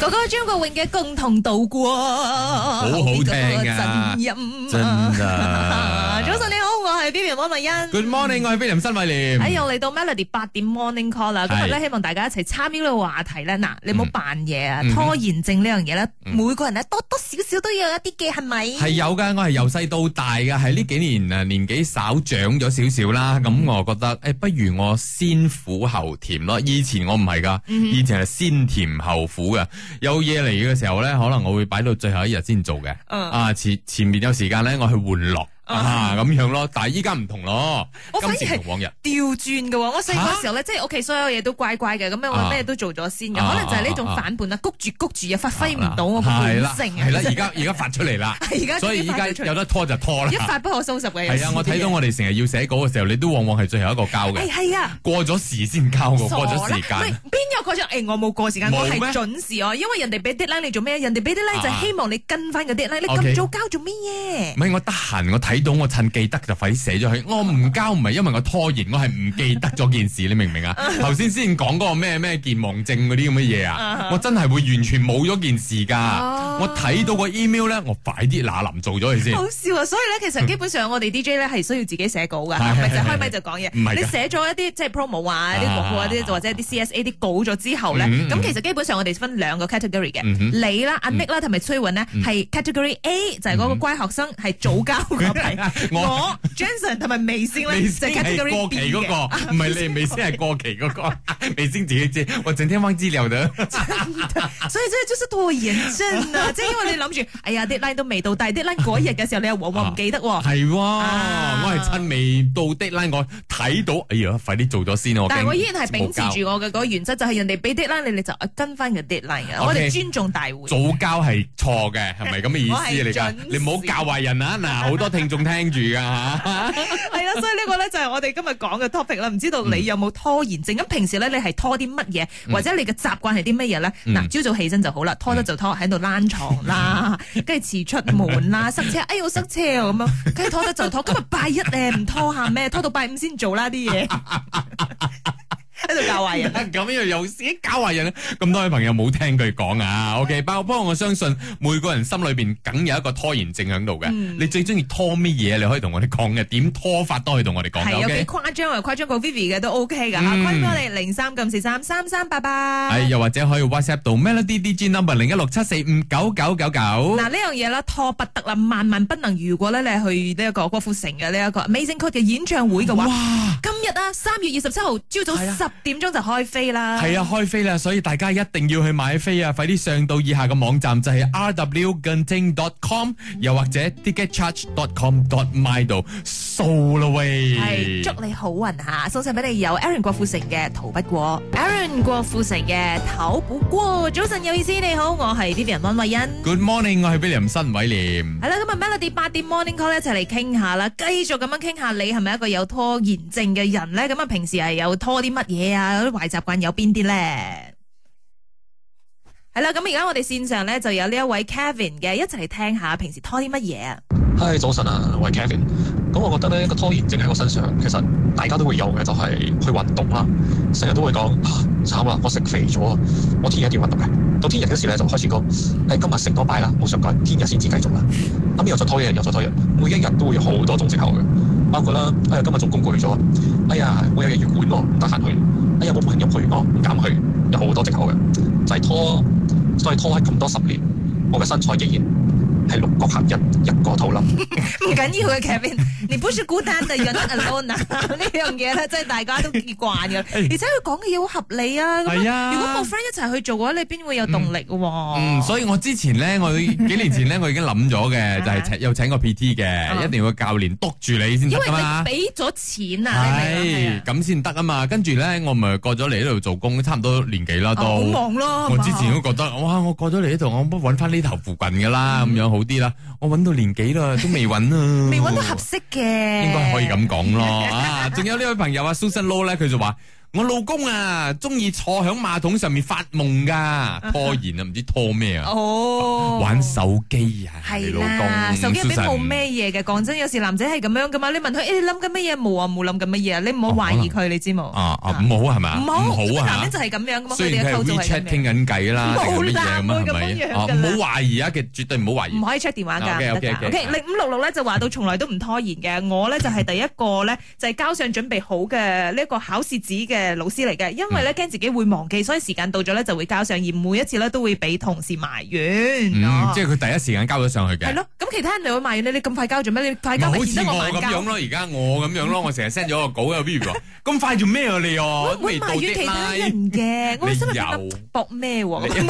哥哥張國榮嘅共同度過，好好聽啊真音真啊！啊！早晨你好，我係 B B 汪慧欣。 Good morning，我係 William 新偉廉。哎，又嚟到 Melody 八點 Morning Call 啦，今日咧係希望大家一齊參與呢個話題咧。嗱，你唔好嗯扮嘢啊嗯，哼拖延症呢樣嘢咧，嗯每個人咧多多少少都有一啲嘅，係咪？係有噶，我係由細到大噶，喺呢幾年啊年紀稍長咗少少啦，嗯咁我覺得誒、不如我先苦後甜咯。以前我唔係噶，嗯以前係先甜後苦嘅。有嘢嚟嘅時候咧，可能我會擺到最後一日先做嘅。嗯啊前前面有時間咧，我去玩樂啊咁樣咯。但係依家唔同咯我，哦反而今時唔同往日。調轉嘅喎，我細個嘅嚇時候咧，即係屋企所有嘢都乖乖嘅，咁樣我啊咩都做咗先嘅，啊可能就係呢啊種啊啊反叛啦，谷住谷住又發揮唔到我嘅係本啦，性係啦，而啊！家而家發出嚟啦， 而家所以終於依發家咗出嚟有得拖就拖啦。一發不可收拾嘅。係啊，我睇到我，我哋成日哎要寫稿嘅時候，你都往往係最後一個交誒，嘅係啊。過咗時先交嘅，傻過啦咗時喂間。邊有過咗？誒，我冇過時間，冇我咩係準時哦。因為人哋俾 deadline 你做咩？人哋俾 deadline 就係啊希望你跟翻個 deadline，你 OK 嗯咁早交做咩嘢唔？係我得閒，我睇到我趁記得就快啲寫咗佢。我唔交唔係因為我拖延，我係唔記得咗件事，你明唔 明啊？頭先先講嗰個咩咩健忘症嗰啲咁嘅嘢啊，我真係會完全冇咗件事哦㗎。我睇到個 email 咧，我快啲嗱臨做咗佢先。好笑啊！所以咧，其實基本上我哋 DJ 咧係需要自己寫稿噶，嗯係唔係就開咪就講嘢。唔係㗎你寫咗一啲即係 promo 啊、啲廣告啊、啲或者啲 CSA 啲稿咗之後咧，嗯嗯咁其實基本上我哋分兩個 category 嘅嗯，哼你啦、阿 Nick 啦同埋崔允呢，係 category A 就係嗰個乖學生係早交嗰批，嗯 我我 Johnson 同埋微星咧你就先係係 category 過 B 期嘅。嗰個，唔係你未先係過期嗰個， 未先自己知。我整天忘資料的。啊所以真係就是拖延症 啊！即係因為你諗住，哎呀 deadline 都未到，但係 deadline 嗰日嘅時候，你又往往唔記得喎。係喎，啊我係趁未到 deadline，我睇到，哎呀，快啲做咗先啊我驚但係我依然係秉冇交持住我嘅嗰個原則，就係人哋俾 deadline 你，哋就跟翻個 deadline 啊！我哋 OK 尊重大會。早交係錯嘅，係咪咁嘅意思嚟我係㗎準？時你唔好教壞人啊！嗱，好多聽眾 聽住㗎嚇，係啦，所以呢個咧就係我哋今日講嘅 topic 啦。唔知道嗯你有冇拖延症？咁平時咧你係拖啲乜嘢，或者你嘅習慣係啲乜嘢咧？嗯嗱，朝早起身就好啦，拖得就拖，喺度躝床啦，嗯跟住遲出門 啦，塞車，哎呦塞車啊咁樣，跟住拖得就拖。今日拜一咧唔拖下咩？拖到拜五先做啦啲嘢，喺度教壞人。咁樣又自己教壞人咧。咁多位朋友冇聽佢講啊，OK？包不過我相信每個人心裏邊梗有一個拖延症喺度嘅。你最中意拖乜嘢？你可以同我哋講嘅，點拖法都可以同我哋講係嘅。有幾 OK？誇張啊！誇張過 Vivi 嘅都 OK 噶，嗯規俾我哋零三咁四三三三八八。係又或者可以 WhatsApp 到 Melody DJ number 零一六七四五九九九九。嗱呢樣嘢啦，拖不得啦，萬萬不能。如果咧你係去呢一個郭富城嘅呢一個 Amazing Code 嘅演唱會嘅話，哇！今日啊三月二十七號朝早係啊十點鐘就開飛啦。係啊，開飛啦，所以大家一定要去買飛啊！快啲上到以下嘅網站就係 rwgenting.com，又或者 ticketcharge.com.my 度掃啦係喂！祝你好運吓，送上俾你有 Aaron 郭富城嘅逃不過，Aaron 郭富城嘅逃不過。早晨有意思，你好，我係 Vivian 温慧欣。 Good morning，我係 William 新偉廉。係啦，今日 Melody 八點 Morning Call 咧，一齊嚟傾下啦。繼續咁樣傾下，你係咪一個有拖延症嘅人咧？咁啊，平時係有拖啲乜嘢啊？有啲壞習慣有邊啲咧？係啦，咁而家我哋線上咧就有呢一位 Kevin 嘅，一齊嚟聽下平時拖啲乜嘢啊？ 嗨，早晨啊，我係 Kevin。咁我覺得咧，個拖延症喺我身上，其實大家都會有嘅，就係、去運動啦。成日都會講啊，慘啦，我食肥咗啊，我聽日一定要運動嘅。到聽日嗰時咧，就開始講，誒、今日食多拜啦，冇上改，聽日先至繼續啦。咁又再拖一日，又再拖一日，每一日都會有好多種藉口嘅，包括啦，哎呀，今日做工具咗，哎呀，我有嘢要管喎，唔得閒去，哎呀，冇朋友陪我，唔敢去，有好多藉口嘅，就係、拖，所以拖咗咁多十年，我嘅身材仍然係六角合一，一個肚腩。唔緊要嘅 Kevin，你不是孤單嘅，you're not alone 啊！ 呢樣嘢咧，真係大家都見慣嘅，而且佢講嘅嘢好合理啊。咁係啊啊如果冇 friend 一齊去做嘅話，你邊會有動力喎？嗯，所以我之前 咧，我幾年前咧，我已經諗咗嘅，就係請有請個 PT 啊嘅，一定要個教練督住你先因得為噶你。嘛俾咗錢啊，你明唔明係啊？咁先得啊嘛，跟住咧，我咪過咗嚟呢度做工，差唔多年幾啦哦好都。忙咯，啊我之前係都覺得，哇！我過咗嚟呢度，我不揾翻呢頭附近噶啦，咁樣好啲啦。我揾到年幾啦，都未揾啊，嘛嗯未揾到合，適嘅，應該可以咁講咯。啊，仲有呢位朋友啊，Susan Low 咧，佢就話：我老公啊，中意坐響馬桶上面發 夢噶，拖延啊，唔知拖咩啊，哦，玩手機啊，你系老啦，公，手機入邊冇 Susan 咩嘢嘅。講真，有時男仔係咁樣噶嘛。你問佢，誒你諗緊乜嘢？冇啊，冇諗緊乜嘢啊。你唔好懷疑佢，你知冇？哦啊啊，唔好係咪啊？唔好，咁男啊人就係咁樣噶嘛。雖佢哋然嘅佢構造係係咁 WeChat 樣傾緊偈啦，定係冇乜嘢咁啊？係啦咪冇咁樣㗎啦啊？唔好懷疑啊，嘅絕對唔好懷疑唔。可以 check 電話啊㗎，得，OK，OK，㗎 OK，OK OK，零五六六咧就話到從來都唔拖延嘅。 我咧就係第一個咧就係交上準備好嘅呢一個考試紙嘅老師嚟嘅，因嗯為咧驚自己會忘記，所以時間到咗咧就會交上，而每一次咧都會俾同事埋怨。嗯哦，即係佢第一時間交咗上去嘅係。咯，咁其他人就會埋怨你，你咁快交做咩？你快咪交咪好顯似得我慢咁交樣。咯，而家我咁樣咯，我成日 send 咗個稿有 Vivi 話咁快做咩啊你我哦？唔會未到埋怨其他 deadline 人嘅，我心入邊你諗有搏咩喎？你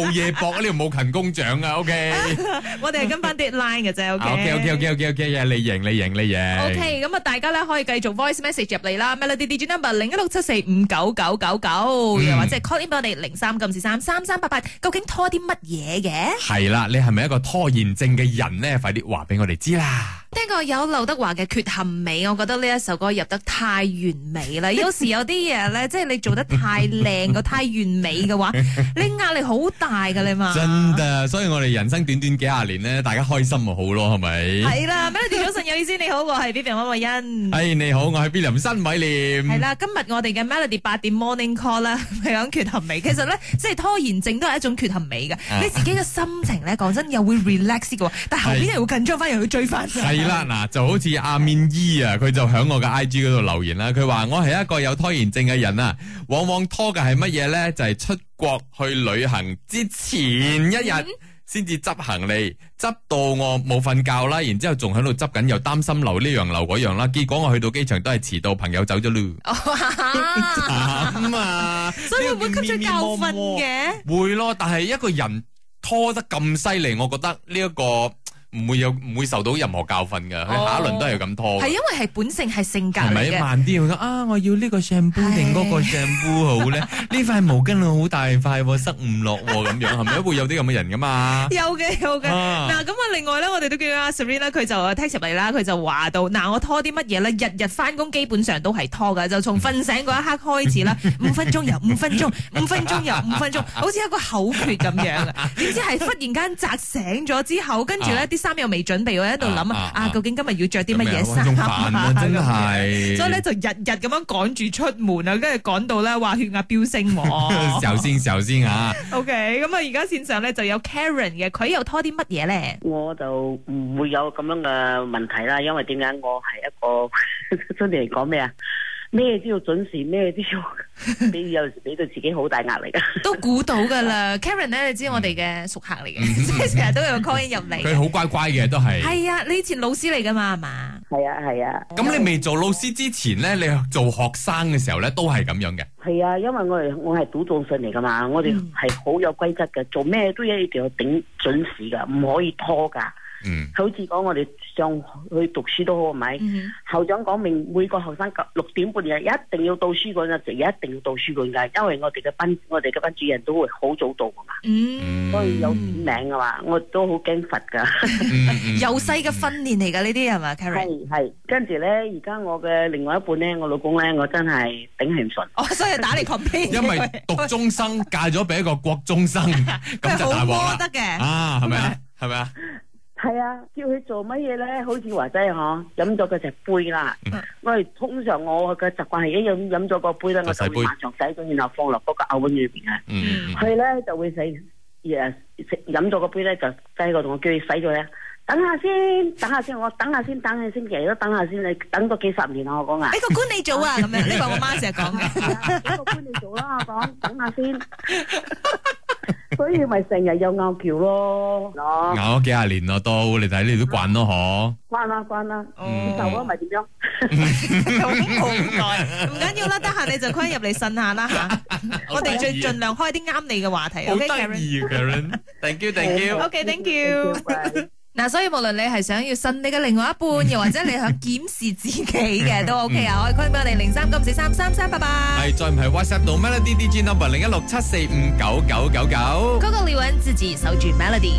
冇嘢搏啊，呢度冇勤工獎啊 ，OK。à, 我哋係跟翻 deadline 嘅啫 OK OK OK OK dạ, OK 你贏你贏你贏。 O K，咁啊，大家咧可以繼續 voice message 入嚟啦，Melody D G number 零一六七四五九九九九，又或者係 call in 俾我哋零三九四三三三八八，究竟拖啲乜嘢嘅？係啦，你係咪一個拖延症嘅人咧？快啲話俾我哋知啦。聽過有劉德華嘅缺陷美，我覺得呢一首歌入得太完美 啦。有時有啲嘢咧，即係你做得太靚個太完美嘅話， 你壓力好大噶你嘛。真噶，所以我哋人生短短幾廿年咧，大家開心咪好咯，係咪？係啦，Melody 早晨有意思，你好，我係 Vivian 温慧欣。係你好，我係 William 新偉廉。系啦，今日我哋嘅 Melody 八點 Morning Call 啦， 係講缺陷美。嗯其實咧，即係拖延症都係一種缺陷美嘅。啊你自己嘅心情咧，講真又會 relax 啲嘅喎，但係後邊又會緊張翻，又要追翻。係啦，嗱就好似阿面姨啊，佢就喺我嘅 I G 嗰度留言啦。佢話我係一個有拖延症嘅人啊，往往拖嘅係乜嘢咧？就係、出國去旅行之前一嗯日。先至執行李，執到我冇瞓覺啦，然之後仲喺度執緊，又擔心留呢樣留嗰樣啦。結果我去到機場都係遲到，朋友走咗咯。 啊， 咁啊，哦所以會唔會吸取呢個叫 咪咪教摸訓摸嘅？會咯，但係一個人拖得咁犀利，我覺得呢、一個唔會有唔會受到任何教訓嘅，佢哦下一輪都係咁拖係嘅。因為係本性係性格係嚟咪嘅。慢啲？佢講啊，我要呢個 shampoo 定嗰個 shampoo 好咧？呢塊毛巾好大塊喎，塞唔落喎咁樣，係咪會有啲咁嘅人噶 嘛？有嘅有嘅。啊嗱咁啊，另外咧，我哋都叫阿 Serena，佢就 text 入嚟啦，佢就話到嗱，我拖啲乜嘢咧？日日翻工基本上都係拖噶，就從瞓醒嗰一刻開始啦，五分鐘又五分鐘，五分鐘又五分鐘，好似一個口訣咁樣嘅。點知係忽然間扎醒咗之後，跟住咧啲衫又未準備，我喺度諗啊啊，啊啊究竟今日要着啲乜嘢衫仲煩啊，真 係。所以咧就日日咁樣趕住出門啊，跟住趕到咧話血壓飆升喎。首先首先啊， O K，咁啊，而家線上咧就有 Karen 嘅，佢又拖啲乜嘢咧？我就唔會有咁樣嘅問題啦，因為點解我係一個 真係嚟講咩啊？咩都要準時，咩都要，俾有時俾到自己好大壓力啊！都估到噶 啦，Karen 咧，你知我嗯哋嘅熟客嚟嘅， 即係成日都有 call in 入佢嚟。好乖乖嘅都係。係啊，你以前老師嚟噶嘛，係嘛？係啊，係啊，咁你未做老師之前咧，你做學生嘅時候咧，都係咁樣嘅。係啊，因為我哋我係賭眾信嚟噶嘛，我哋係好有規則嘅，做咩都一定要頂準時噶，唔可以拖噶。嗯，好似講我哋上去讀書都好係咪？嗯校長講明每個學生九六點半日一定要到書館啊嘅，就一定要到書館㗎，因為我哋嘅班我哋嘅班主任都會好早到噶嘛，嗯，所以有嗯點名嘅話，我都好驚罰㗎。嗯嗯由細嘅訓練嚟㗎呢啲係嘛，Karen？ 係 係，跟住咧，而家我嘅另外一半咧，我老公咧，我真係頂佢唔順。哦，所以打嚟 complain，因 為讀中生嫁咗俾一個國中生，咁佢就好大鑊摸得啦。嘅，啊，係咪啊？係咪啊？係啊，叫佢做乜嘢咧？好似話齋嗬，飲咗嗰隻杯啦。嗯我哋通常我嘅習慣係一飲飲咗個杯咧，就我洗就杯會馬上洗咗，然後放落嗰個牛碗裏邊嘅。嗯，嗯佢咧就會洗誒食飲咗個杯咧就擠喺個同我叫佢洗咗咧，等下先，等下先，我等下先，等下先，其實都等下先，你等咗幾十年啊，我講啊俾，個官你做 啊咁樣，呢個我媽成日講嘅。俾個杯你做啦，我講等下先，所以咪成日有拗撬咯，嗯嗱，咬咗幾廿年咯，都你睇你都慣咯，嗬。關啦關啦，嗯接受啊咪點樣？好無奈，唔緊要啦，得閒你就 call 入嚟呻下啦 吓。我哋盡盡量開啲啱你嘅話題啊好，OK 得 Karen？OK，thank 意，Karen，thank you，thank you。 you。拜拜嗱，所以無論你係想要信你嘅另外一半，又或者你想檢視自己嘅，都 OK 啊！可以 call 俾我哋零三九四三三三，拜拜。係再唔係 WhatsApp 到 Melody DJ number 零一六七四五九九九九。高高李允自己守住 Melody。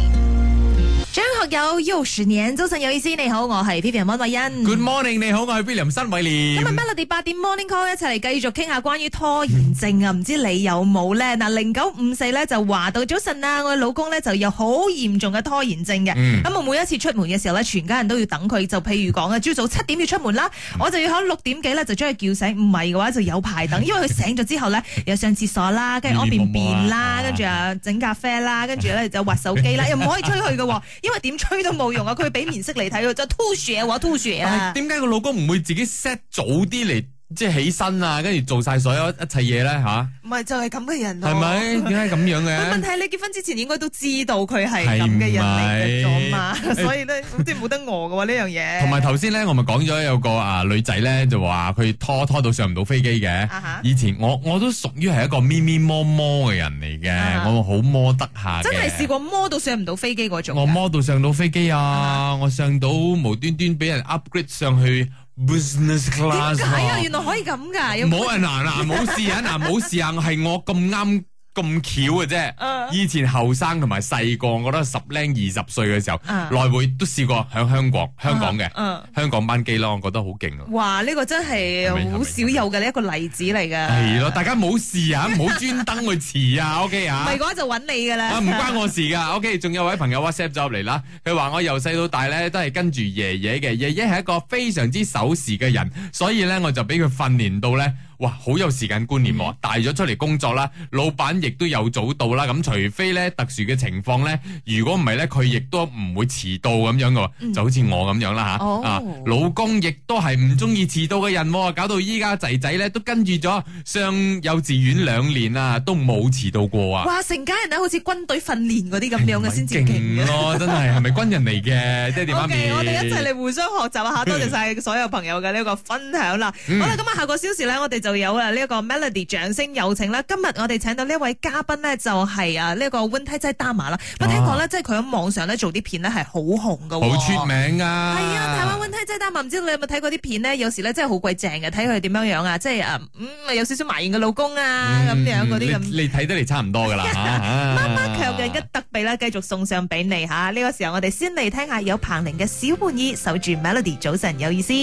張學友又十年，早晨有意思，你好，我係 Vivian 温慧欣。 Good morning，你好，我係 William 新偉今日廉。 Melody 八點 Morning Call 一齊嚟繼續傾下關於拖延症啊，唔知你有冇咧？嗱，零九五四咧就話到早晨啊，我老公咧就有好嚴重嘅拖延症嘅。嗯，咁我每一次出門嘅時候咧，全家人都要等佢。就譬如講啊，朝早七點要出門啦，嗯我就要喺六點幾咧就將佢叫醒，唔係嘅話就有排等。因為佢醒咗之後咧，又上廁所啦，跟住屙便便啦，嗯跟住啊整咖啡啦，跟住咧就滑手機啦，又唔可以吹佢嘅喎，因為點吹都冇用啊！佢俾面色嚟睇佢，就吐血喎，吐血但係啊！點解個老公唔會自己 set 早啲嚟即係起身啊，跟住做晒所有一切嘢咧吓？唔係就係咁嘅人咯係咪？點解咁樣喂問嘅？題係你結婚之前應該都知道佢係咁嘅人嚟嘅咗嘛，係咪所以咧即係冇得我嘅喎呢樣嘢。同埋頭先咧，我咪講咗有個啊女仔咧，就話佢拖拖到上唔到飛機嘅。啊哈以前我我都屬於係一個咪咪摸摸嘅人嚟啊嘅，我好摸得下嘅真係試過摸到上唔到飛機嗰種㗎。我摸到上到飛機啊，我上到無端端俾人 upgrade 上去 business 點 class 解啊？喎原來可以咁㗎，有冇啊嗱嗱冇事啊 嗱冇事啊，係我咁啱咁巧嘅啊啫。以前後生同埋細個，我覺得十零二十歲嘅時候啊，來回都試過喺香港香港嘅嗯，香港班機咯，我覺得好勁啊！哇！呢個真係係咪好少有嘅一個例子嚟㗎。係咯，大家冇事啊，唔好專登去遲啊，OK 唔啊係。嘅話就揾你㗎啊，啦唔。關我事 噶。OK，仲有位朋友 WhatsApp 咗入嚟啦，佢話我由細到大咧都係跟住爺爺嘅，爺爺係一個非常之守時嘅人，所以咧我就俾佢訓練到咧，哇，好有時間觀念喎。大咗出嚟工作啦，老闆亦都有早到啦。咁除非咧特殊嘅情況咧，如果唔係咧，佢亦都唔會遲到咁樣嘅喎，就好似我咁樣啦吓。嗯哦啊，老公亦都係唔中意遲到嘅人喎，搞到依家仔仔咧都跟住咗上幼稚園兩年啊，都冇遲到過啊。哇！成家人咧好似軍隊訓練嗰啲咁樣嘅先至勁勁嘅。咯，真係係咪軍人嚟嘅？爹哋媽 O 咪， K，我哋一齊嚟互相學習下，多謝晒所有朋友嘅呢個分享啦。嗯好啦，咁啊下個小時咧，我哋就有啊呢一個 Melody 掌聲有請啦。今日我哋請到呢一位嘉賓咧，就係啊呢一個 Winter 即係 Dama 啦。我聽講咧，即係佢喺網上咧做啲片咧係好紅噶，啊好出。名啊！係啊，台灣 Winter 即係 Dama，唔知你有冇睇過啲片咧？有時咧真係好鬼正嘅，睇佢點樣樣啊，即係啊嗯有少少埋怨嘅老公啊咁嗯樣嗰啲咁。你你睇得嚟差唔多 噶啦，啊媽媽媽強人嘅特備啦，繼續送上俾你吓。呢、個時候我哋先嚟聽下有彭羚嘅小玩意，守住 Melody，早晨有意思。